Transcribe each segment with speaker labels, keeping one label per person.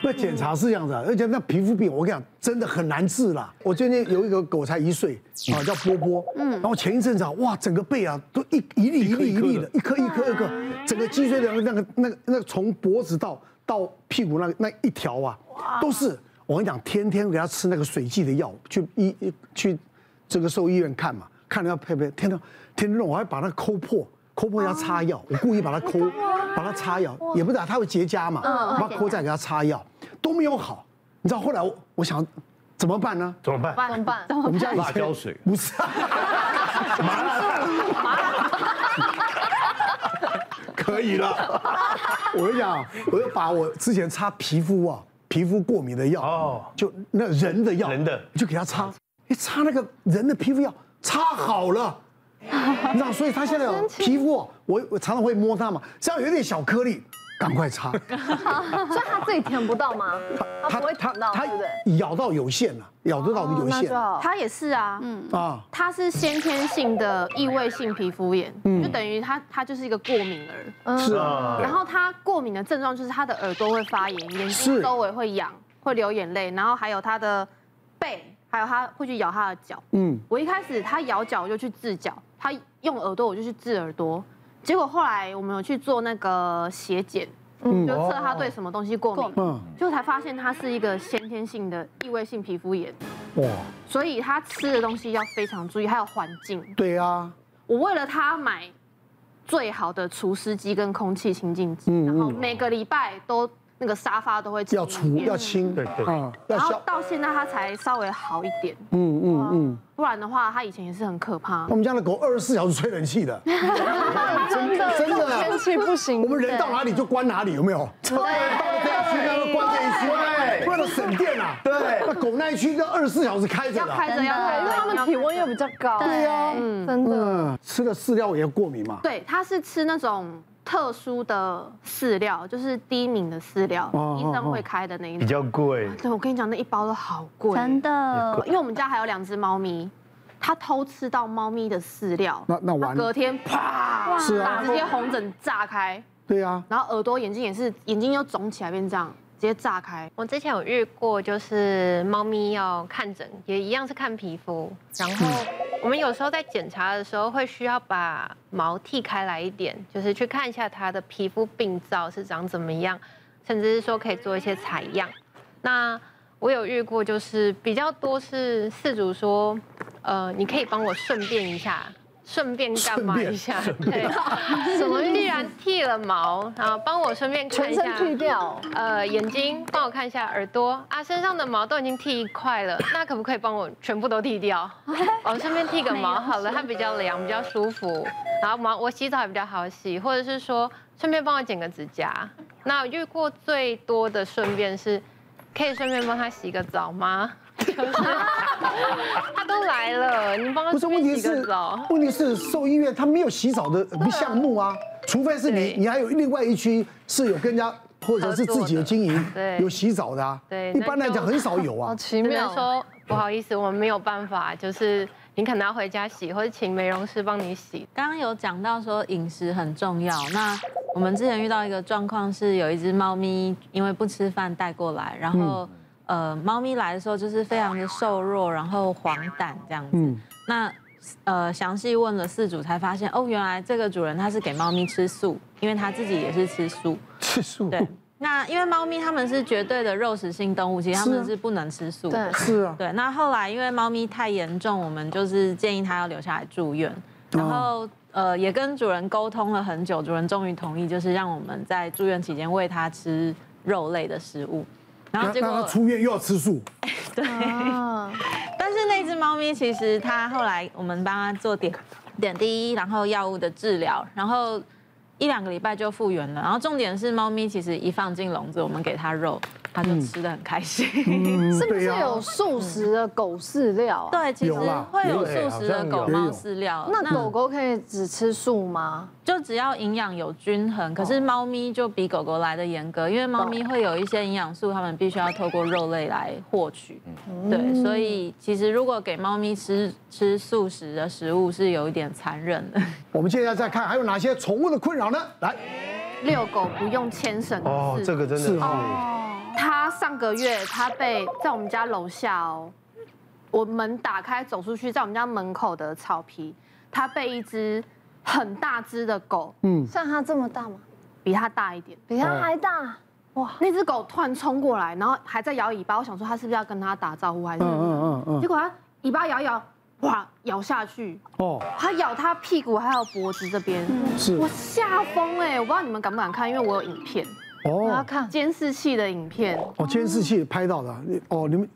Speaker 1: 那检查是这样子啊，而且那皮肤病，我跟你讲，真的很难治啦。我最近有一个狗才一岁啊，叫波波，嗯，然后前一阵子啊，哇，整个背啊都一一粒一粒一粒的，一颗一颗一颗，整个脊椎的那个那个那个从脖子到到屁股那个那一条啊，都是。我跟你讲，天天给它吃那个水剂的药，去医去这个兽医院看嘛，看了要配配，天天天天弄，我还把它抠破。抠破要擦药，我故意把它抠，把它擦药，也不知道啊它会结痂嘛，
Speaker 2: 嗯
Speaker 1: 把它
Speaker 2: 会结
Speaker 1: 抠
Speaker 2: 痂
Speaker 1: 再给它擦药，都没有好。你知道后来我我想怎么办呢？
Speaker 3: 怎么办？
Speaker 2: 怎么办？
Speaker 1: 我们家以前
Speaker 3: 辣椒水
Speaker 1: 不是啊，麻辣
Speaker 3: 可以了。
Speaker 1: 我跟你讲啊，我又把我之前擦皮肤啊，皮肤过敏的药，
Speaker 3: 哦
Speaker 1: 哦，就那人的药，
Speaker 3: 人的
Speaker 1: 就给他擦，一擦那个人的皮肤药，擦好了。你知道，所以他现在有皮肤哦，我我常常会摸它嘛，只要有一点小颗粒，赶 快擦。
Speaker 2: 所以它自己舔不到吗？它不会
Speaker 1: 它
Speaker 2: 舔到，
Speaker 1: 它
Speaker 2: 对不对？
Speaker 1: 咬到有限了，咬得到有限
Speaker 2: 哦
Speaker 4: 他也是啊，嗯，
Speaker 1: 啊。
Speaker 4: 他是先天性的异位性皮肤炎，
Speaker 1: 嗯
Speaker 4: 就等于他他就是一个过敏儿。
Speaker 5: 嗯
Speaker 1: 是啊，
Speaker 3: 啊
Speaker 4: 然后他过敏的症状就是他的耳朵会发炎，眼睛
Speaker 1: 是
Speaker 4: 周围会痒，会流眼泪，然后还有他的背，还有他会去咬他的脚。
Speaker 1: 嗯，
Speaker 4: 我一开始他咬脚我就去治脚，他用耳朵我就去治耳朵，结果后来我们有去做那个血检，
Speaker 1: 嗯
Speaker 4: 就测他对什么东西过敏，
Speaker 1: 嗯，
Speaker 4: 就才发现他是一个先天性的异位性皮肤炎，
Speaker 1: 嗯哇，
Speaker 4: 所以他吃的东西要非常注意，还有环境。
Speaker 1: 对啊，
Speaker 4: 我为了他买最好的除湿机跟空气清净机，
Speaker 1: 嗯嗯
Speaker 4: 然后每个礼拜都那个沙发都会清
Speaker 1: 要除
Speaker 4: 一遍
Speaker 1: 要清，
Speaker 3: 对对
Speaker 1: 啊，要
Speaker 4: 然后
Speaker 1: 消，
Speaker 4: 到现在他才稍微好一点，
Speaker 1: 嗯嗯嗯。
Speaker 4: 不然的话他以前也是很可怕
Speaker 1: 我。们家的狗二十四小时吹冷 气的，真的真的
Speaker 5: 天。气不行，
Speaker 1: 我们人到哪里就关哪里，有没有？对，到了这一区，它就关这一区，为了省电啊。对，那狗那一区要二十四小时开着
Speaker 4: 要
Speaker 1: 的。
Speaker 4: 开着要
Speaker 5: 对，
Speaker 4: 开
Speaker 1: 哎
Speaker 5: 因为
Speaker 4: 着，
Speaker 5: 他们体温又比较高，
Speaker 2: 对啊
Speaker 5: 嗯，真的。
Speaker 1: 嗯，吃了饲料也过敏嘛。
Speaker 4: 对，他是吃那种特殊的饲料，就是低敏的饲料，
Speaker 1: 哦
Speaker 4: 医生会开的那一
Speaker 3: 比
Speaker 4: 种。
Speaker 3: 较贵，
Speaker 4: 对，我跟你讲，那一包都好贵，
Speaker 2: 真。的，
Speaker 4: 因为我们家还有两只猫咪，它偷吃到猫咪的饲料，
Speaker 1: 那那
Speaker 4: 它
Speaker 1: 完
Speaker 4: 隔
Speaker 1: 了。
Speaker 4: 天啪，
Speaker 1: 是啊
Speaker 4: 打直接红疹炸开，
Speaker 1: 对啊，
Speaker 4: 然后耳朵、眼睛也是，眼睛又肿起来变这样，直接炸开。
Speaker 6: 我之前有遇过，就是猫咪要看诊，也一样是看皮肤。然后
Speaker 5: 嗯
Speaker 6: 我们有时候在检查的时候，会需要把毛剃开来一点，就是去看一下它的皮肤病灶是长怎么样，甚至是说可以做一些采样。那我有遇过，就是比较多是饲主说，呃，你可以帮我顺便一下，顺便干嘛一下？对， 什么既然剃了毛，然后帮我顺便看
Speaker 5: 全
Speaker 6: 一下，
Speaker 5: 身剃掉，
Speaker 6: 呃，眼睛帮我看一下，耳朵啊，身上的毛都已经剃一块 了，那可不可以帮我全部都剃 掉？我顺便剃个毛好了，它比较凉，比较舒服。然后毛我洗澡也比较好洗，或者是说顺便帮我剪个指甲。那遇过最多的顺便是，可以顺便帮他洗个澡吗？ 就是他都来了，你帮他
Speaker 1: 不是
Speaker 6: 顺
Speaker 1: 问
Speaker 6: 便
Speaker 1: 题
Speaker 6: 洗个
Speaker 1: 是
Speaker 6: 澡。
Speaker 1: 问题是兽医院它没有洗澡的项目啊，除非是你
Speaker 6: 对
Speaker 1: 你还有另外一区是有跟人家或者是自己有经营
Speaker 6: 的对
Speaker 1: 有洗澡的啊，
Speaker 6: 对
Speaker 1: 一般
Speaker 6: 那
Speaker 1: 来
Speaker 6: 就
Speaker 1: 讲很少有啊
Speaker 5: 好。奇
Speaker 6: 只
Speaker 5: 妙
Speaker 6: 能。说不好意思，我们没有办法，就是你可能要回家洗，或者请美容师帮你洗。
Speaker 7: 刚刚有讲到说饮食很重要，那我们之前遇到一个状况是，有一只猫咪因为不吃饭带过来，然
Speaker 1: 嗯
Speaker 7: 后、呃，猫咪来的时候就是非常的瘦弱，然后黄疸这样子。
Speaker 1: 嗯
Speaker 7: 那呃，详细问了饲主才发现，哦，原来这个主人他是给猫咪吃素，因为他自己也是吃素。
Speaker 1: 吃素
Speaker 7: 对，那因为猫咪它们是绝对的肉食性动物，其实它
Speaker 1: 是啊
Speaker 7: 们是不能吃素 的。
Speaker 5: 对
Speaker 1: 是啊，
Speaker 7: 对，那后来因为猫咪太严重，我们就是建议它要留下来住院，
Speaker 1: 哦
Speaker 7: 然后呃也跟主人沟通了很久，主人终于同意，就是让我们在住院期间喂它吃肉类的食物。然后
Speaker 1: 那
Speaker 7: 结
Speaker 1: 那
Speaker 7: 果
Speaker 1: 他，出院又要吃素，嗯
Speaker 5: 啊
Speaker 7: 但是那只猫咪其实它后来我们帮它做点点滴，然后药物的治疗，然后一两个礼拜就复原了。然后重点是猫咪其实一放进笼子，我们给它肉，它
Speaker 1: 嗯
Speaker 7: 就吃的很开心。
Speaker 5: 是不是
Speaker 1: 对啊
Speaker 5: 有素食的狗饲料啊？
Speaker 7: 对，其实
Speaker 1: 有啦
Speaker 7: 会有
Speaker 3: 有
Speaker 7: 素食的
Speaker 3: 好
Speaker 7: 狗
Speaker 1: 像有
Speaker 7: 猫饲料。
Speaker 5: 那狗狗可以只吃素吗？
Speaker 7: 就只要营养有均衡，可是猫咪就比狗狗来的严格，因为猫咪会有一些营养素，它们必须要透过肉类来获取。对，
Speaker 5: 嗯
Speaker 7: 所以其实如果给猫咪吃吃素食的食物是有一点残忍的。
Speaker 1: 我们现在再看还有哪些宠物的困扰呢？来，
Speaker 4: 遛狗不用牵绳的
Speaker 3: 哦，
Speaker 4: 事
Speaker 3: 这个真的
Speaker 1: 是
Speaker 3: 是
Speaker 1: 哦，
Speaker 4: 它个月，它被在我们家楼下哦，我门打开走出去，在我们家门口的草皮，它被一只很大只的狗，
Speaker 1: 嗯
Speaker 5: 像它这么大吗？
Speaker 4: 比它大一点，
Speaker 5: 比它还大，
Speaker 4: 哇！那只狗突然冲过来，然后还在摇尾巴，我想说它是不是要跟它打招呼还是？
Speaker 1: 嗯嗯嗯嗯
Speaker 4: 结果它尾巴摇一摇，哇，咬下去，
Speaker 1: 哦，嗯
Speaker 4: 它咬它屁股还有脖子这边，
Speaker 1: 是
Speaker 4: 我吓疯哎！我不知道你们敢不敢看，因为我有影片，
Speaker 5: 我要
Speaker 1: 哦，
Speaker 5: 看。
Speaker 4: 监视器的影片，
Speaker 1: 哦，监视器拍到的啊，你哦，你们，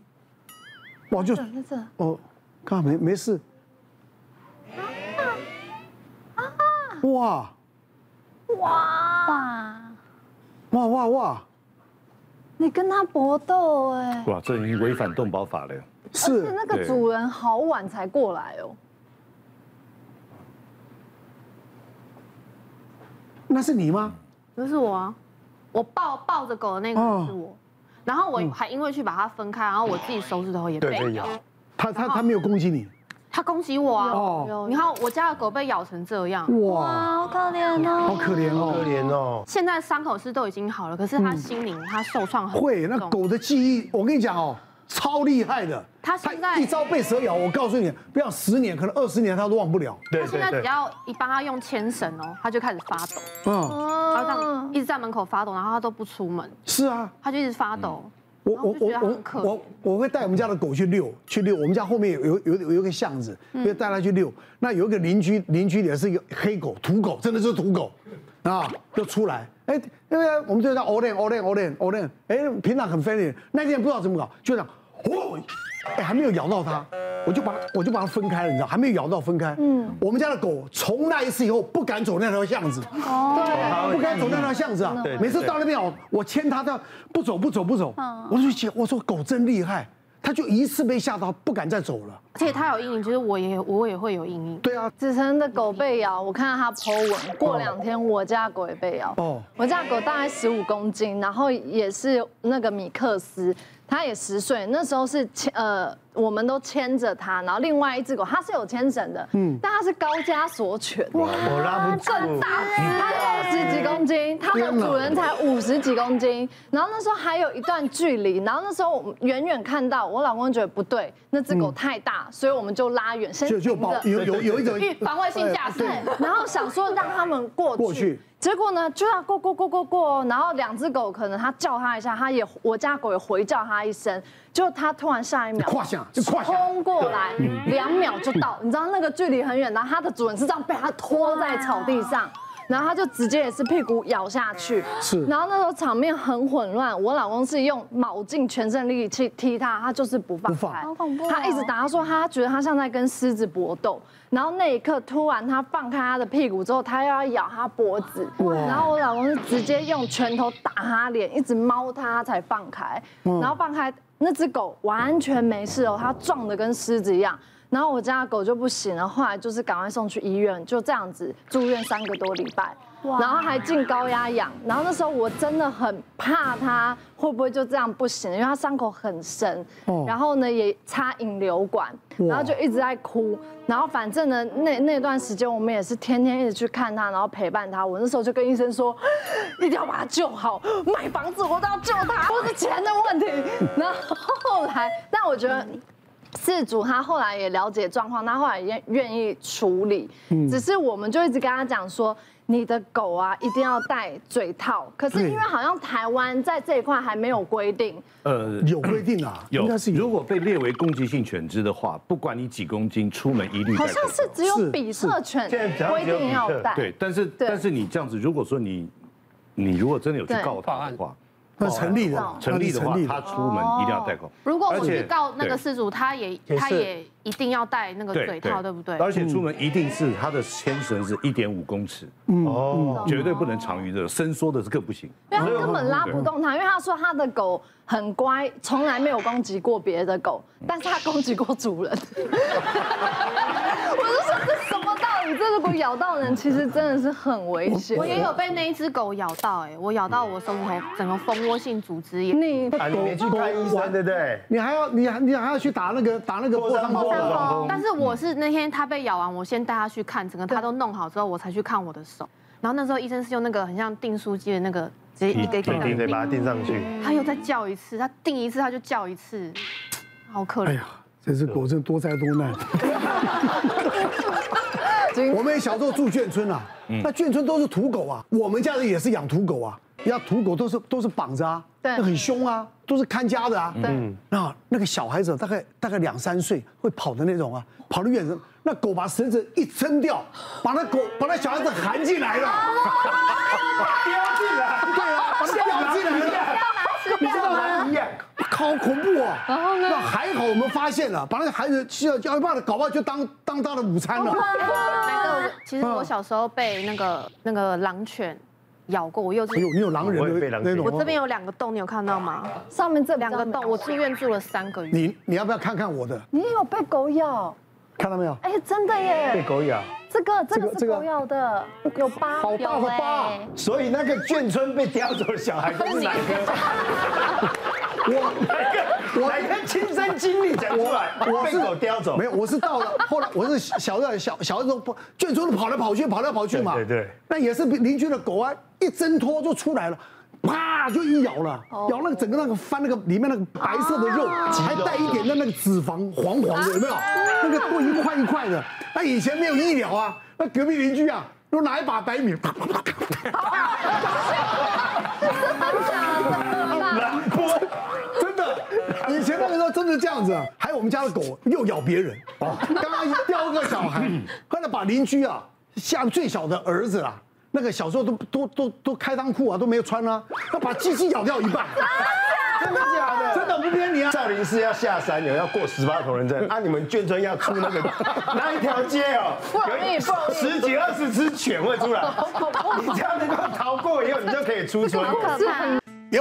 Speaker 1: 哇，就
Speaker 5: 在这，
Speaker 1: 哦，看没没事，哇
Speaker 5: 哇，
Speaker 1: 哇哇哇，
Speaker 5: 你跟它搏斗哎，
Speaker 3: 哇，这已经违反动保法了。
Speaker 5: 而且
Speaker 1: 是
Speaker 5: 哦那个
Speaker 3: 对
Speaker 5: 主人好晚才过来哦。
Speaker 1: 那是你吗？
Speaker 4: 那是我啊，我抱抱着狗的那个
Speaker 1: 嗯
Speaker 4: 人是我，然后我还因为去把它分开，然后我自己手指头也被咬，
Speaker 1: 他他他没有攻击你，
Speaker 4: 它攻击我啊！
Speaker 1: 哦，
Speaker 4: 你看我家的狗被咬成这样，
Speaker 1: 哇，
Speaker 5: 好可怜哦。
Speaker 1: 好可怜
Speaker 3: 可
Speaker 1: 哦。
Speaker 3: 怜哦，
Speaker 4: 现在伤口是都已经好了，可是
Speaker 3: 嗯
Speaker 4: 它心灵它受创很
Speaker 1: 会，那
Speaker 4: 重
Speaker 1: 狗的记忆，我跟你讲哦，超厉害的。
Speaker 4: 它现在
Speaker 1: 一遭被蛇咬，我告诉你，不要十年，可能二十年它都忘不了。
Speaker 3: 对
Speaker 4: 它现在只要一帮它用牵绳哦，它就开始发抖，
Speaker 1: 嗯，
Speaker 4: 它这样一直在门口发抖，然后它都不出门，
Speaker 1: 是啊，
Speaker 4: 它就一直发抖。
Speaker 1: 我
Speaker 4: 然后
Speaker 1: 嗯我
Speaker 4: 就觉得
Speaker 1: 我
Speaker 4: 很可
Speaker 1: 我
Speaker 4: 怜
Speaker 1: 我我会带我们家的狗去遛，去遛。我们家后面有有有有一个巷子，
Speaker 4: 嗯
Speaker 1: 会带它去遛。那有一个邻居，邻居也是一个黑狗，土狗，真的是土狗，啊，就出来。哎，那个我们就叫 Olen Olen Olen Olen，哎，平常很 friendly，那天不知道怎么搞，就这样，哦，哎，还没有咬到它，我就把它我就把它分开了，你知道，还没有咬到分开。嗯，我们家的狗从那一次以后不敢走那条巷子。不该走那条巷子啊！每次到那边我我牵它，它不走不走不走。
Speaker 4: 嗯
Speaker 1: 我就觉得我说狗真厉害，它就一次被吓到，不敢再走了。
Speaker 4: 而且它有阴影，就是我也我也会有阴影。
Speaker 1: 对啊，
Speaker 5: 子晨的狗被咬，我看到他 Po 文，过两天我家狗也被咬。
Speaker 1: 哦
Speaker 5: 哦，我家狗大概十五公斤，然后也是那个米克斯，它也十岁，那时候是牵呃，我们都牵着它，然后另外一只狗它是有牵绳的，嗯，但它是高加索犬，
Speaker 3: 哇，我拉不住，
Speaker 5: 它二十几公斤，它的主人才五十几公斤。然后那时候还有一段距离，然后那时候我们远远看到，我老公觉得不对，那只狗太大，所以我们就拉远，
Speaker 4: 哎
Speaker 5: 先
Speaker 1: 嗯就就
Speaker 5: 停
Speaker 1: 保
Speaker 5: 着
Speaker 1: 有有有一种呃
Speaker 4: 防卫性驾驶，
Speaker 5: 然后想说让他们过去，
Speaker 1: 过去
Speaker 5: 结果呢就要过过过过过，然后两只狗可能它叫它一下，它也我家狗也回叫它一声，就它突然下一秒
Speaker 1: 胯下就胯下，嗯
Speaker 5: 冲过来，两秒就到，你知道那个距离很远，然后它的主人是这样被它拖在草地上。然后它就直接也是屁股咬下去，
Speaker 1: 是
Speaker 5: 然后那时候场面很混乱，我老公是用卯尽全身力气踢它，它就是不放
Speaker 1: 不放
Speaker 5: 开，
Speaker 1: 好
Speaker 5: 恐怖、哦他一直打，他说他觉得他像在跟狮子搏斗，然后那一刻突然他放开他的屁股之后，他又要咬他脖子，然后我老公是直接用拳头打他脸，一直猫他他才放开，然后放开那只狗完全没事哦，它撞的跟狮子一样。然后我家的狗就不行了，后来就是赶快送去医院，就这样子住院三个多礼拜，然后还进高压氧。然后那时候我真的很怕它会不会就这样不行，因为它伤口很深，然后呢也插引流管，然后就一直在哭。然后反正呢那那段时间我们也是天天一直去看它，然后陪伴它。我那时候就跟医生说，一定要把它救好，买房子我都要救它，不是钱的问题。然后后来，但我觉得。事主他后来也了解状况，他后来也愿意处理。
Speaker 4: 嗯
Speaker 5: 只是我们就一直跟他讲说，你的狗啊一定要戴嘴套。可是因为好像台湾在这一块还没有规定，
Speaker 3: 呃。
Speaker 1: 有规定啊，
Speaker 3: 有
Speaker 1: 应该是，有。
Speaker 3: 如果被列为攻击性犬只的话，不管你几公斤，出门一律戴
Speaker 5: 好
Speaker 3: 口罩
Speaker 5: 像是只有比特犬规定要戴。
Speaker 3: 对，但是但是你这样子，如果说你你如果真的有去
Speaker 5: 对
Speaker 3: 告他的话，
Speaker 1: 那成立的
Speaker 3: 哦，成立的话
Speaker 1: 那是，
Speaker 3: 他出门一定要戴口罩。
Speaker 4: 如果
Speaker 3: 而
Speaker 4: 我
Speaker 3: 且
Speaker 4: 去告那个
Speaker 3: 对
Speaker 4: 事主，他也
Speaker 3: 也是
Speaker 4: 他也一定要戴那个嘴套，对不对？
Speaker 3: 而且出门一定是它的牵绳是一点五公尺，哦，绝对不能长于这个，伸缩的这个不行。
Speaker 5: 因为他根本拉不动它，因为他说他的狗很乖，从来没有攻击过别的狗，
Speaker 4: 嗯
Speaker 5: 但是他攻击过主人。 我就说这什么道理？这如果咬到人，其实真的是很危险
Speaker 4: 我。也有被那一只狗咬到，哎，我咬到我手指头，整个蜂窝性组织炎。
Speaker 5: 你
Speaker 8: 啊，你没去看医生，对不对？
Speaker 1: 你还要你还你还要去打那个打那个破啊伤
Speaker 8: 破
Speaker 1: 风
Speaker 8: 伤，风
Speaker 4: 但是我是那天它被咬完，我先带它去看，整个它都弄好之后，我才去看我的手。然后那时候医生是用那个很像订书机的那个直接
Speaker 1: 嗯
Speaker 4: 一个一个
Speaker 8: 定定
Speaker 4: 的
Speaker 8: 得
Speaker 4: 定。
Speaker 8: 把它定上去。
Speaker 4: 他又再叫一次，他定一次他就叫一次，好可
Speaker 1: 哎
Speaker 4: 怜。
Speaker 1: 呀，这只狗真多灾多 难。我们小时候住眷村啊，那眷村都是土狗啊，我们家人也是养土狗啊，要土狗都是都是绑着啊，
Speaker 4: 对
Speaker 1: 那很凶啊，都是看家的啊。
Speaker 4: 对，
Speaker 1: 那那个小孩子大概大概两三岁会跑的那种啊，跑得远的，那狗把绳子一撑掉，把那狗把那小孩子含进来
Speaker 4: 啊
Speaker 1: 了，
Speaker 8: 叼进来，
Speaker 1: 对啊，把它叼进来了。
Speaker 8: 你知道吗？一样，
Speaker 1: 好恐怖哦！然后呢？那还好我们发现了，把那个孩子吃了，要不然搞不好就当当他的午餐了。
Speaker 4: 那个其实我小时候被那个那个狼犬咬过，我幼
Speaker 1: 哎呦，
Speaker 4: 稚，
Speaker 1: 你有狼
Speaker 8: 我
Speaker 1: 人
Speaker 8: 也
Speaker 1: 的
Speaker 8: 被狼
Speaker 1: 那
Speaker 8: 咬
Speaker 1: 种
Speaker 4: 我
Speaker 1: 哦？
Speaker 4: 这边有两个洞，你有看到吗？
Speaker 5: 上面这
Speaker 4: 两个洞，我住院住了三个月。
Speaker 1: 你你要不要看看我的？
Speaker 5: 你也有被狗咬？
Speaker 1: 看到没有？
Speaker 5: 哎，真的
Speaker 8: 被
Speaker 5: 耶，
Speaker 8: 狗咬，
Speaker 5: 这个这
Speaker 1: 这
Speaker 5: 个
Speaker 1: 个
Speaker 5: 是
Speaker 1: 这个
Speaker 5: 狗咬的，有哎疤，
Speaker 1: 好啊大的疤！
Speaker 8: 所以那个眷村被叼走的小孩都是哪个？
Speaker 1: 我我
Speaker 8: 哪个亲身经历讲出来？被狗叼走，
Speaker 1: 没有，我是到了后来，我是小的小小的时候不眷村跑来跑去，跑来跑去嘛。
Speaker 8: 对对对
Speaker 1: 那也是邻居的狗啊，一挣脱就出来了。啪就一咬了，咬那个整个那个翻那个里面那个白色的肉，还带一点的那个脂肪，黄黄的，有没有？那个都一块一块的。那以前没有医疗啊，那隔壁邻居啊，都拿一把白米，啪啪啪啪啪
Speaker 8: 难过。
Speaker 1: 真的，以前那个时候真的这样子啊。还有我们家的狗又咬别人， 哦，刚刚叼个小 孩，后来把邻居啊，像最小的儿子啊，那个小时候都都都都开裆裤啊都没有穿啊，他把鸡鸡咬掉一半，
Speaker 8: 真的假的？
Speaker 1: 啊真的我不骗你啊。
Speaker 8: 少林寺要下山，有要过十八铜人阵，啊，你们眷村要出那个那一条街哦，有一十几二十只犬会出来，你只要能够逃过以后，你就可以出村。
Speaker 1: 别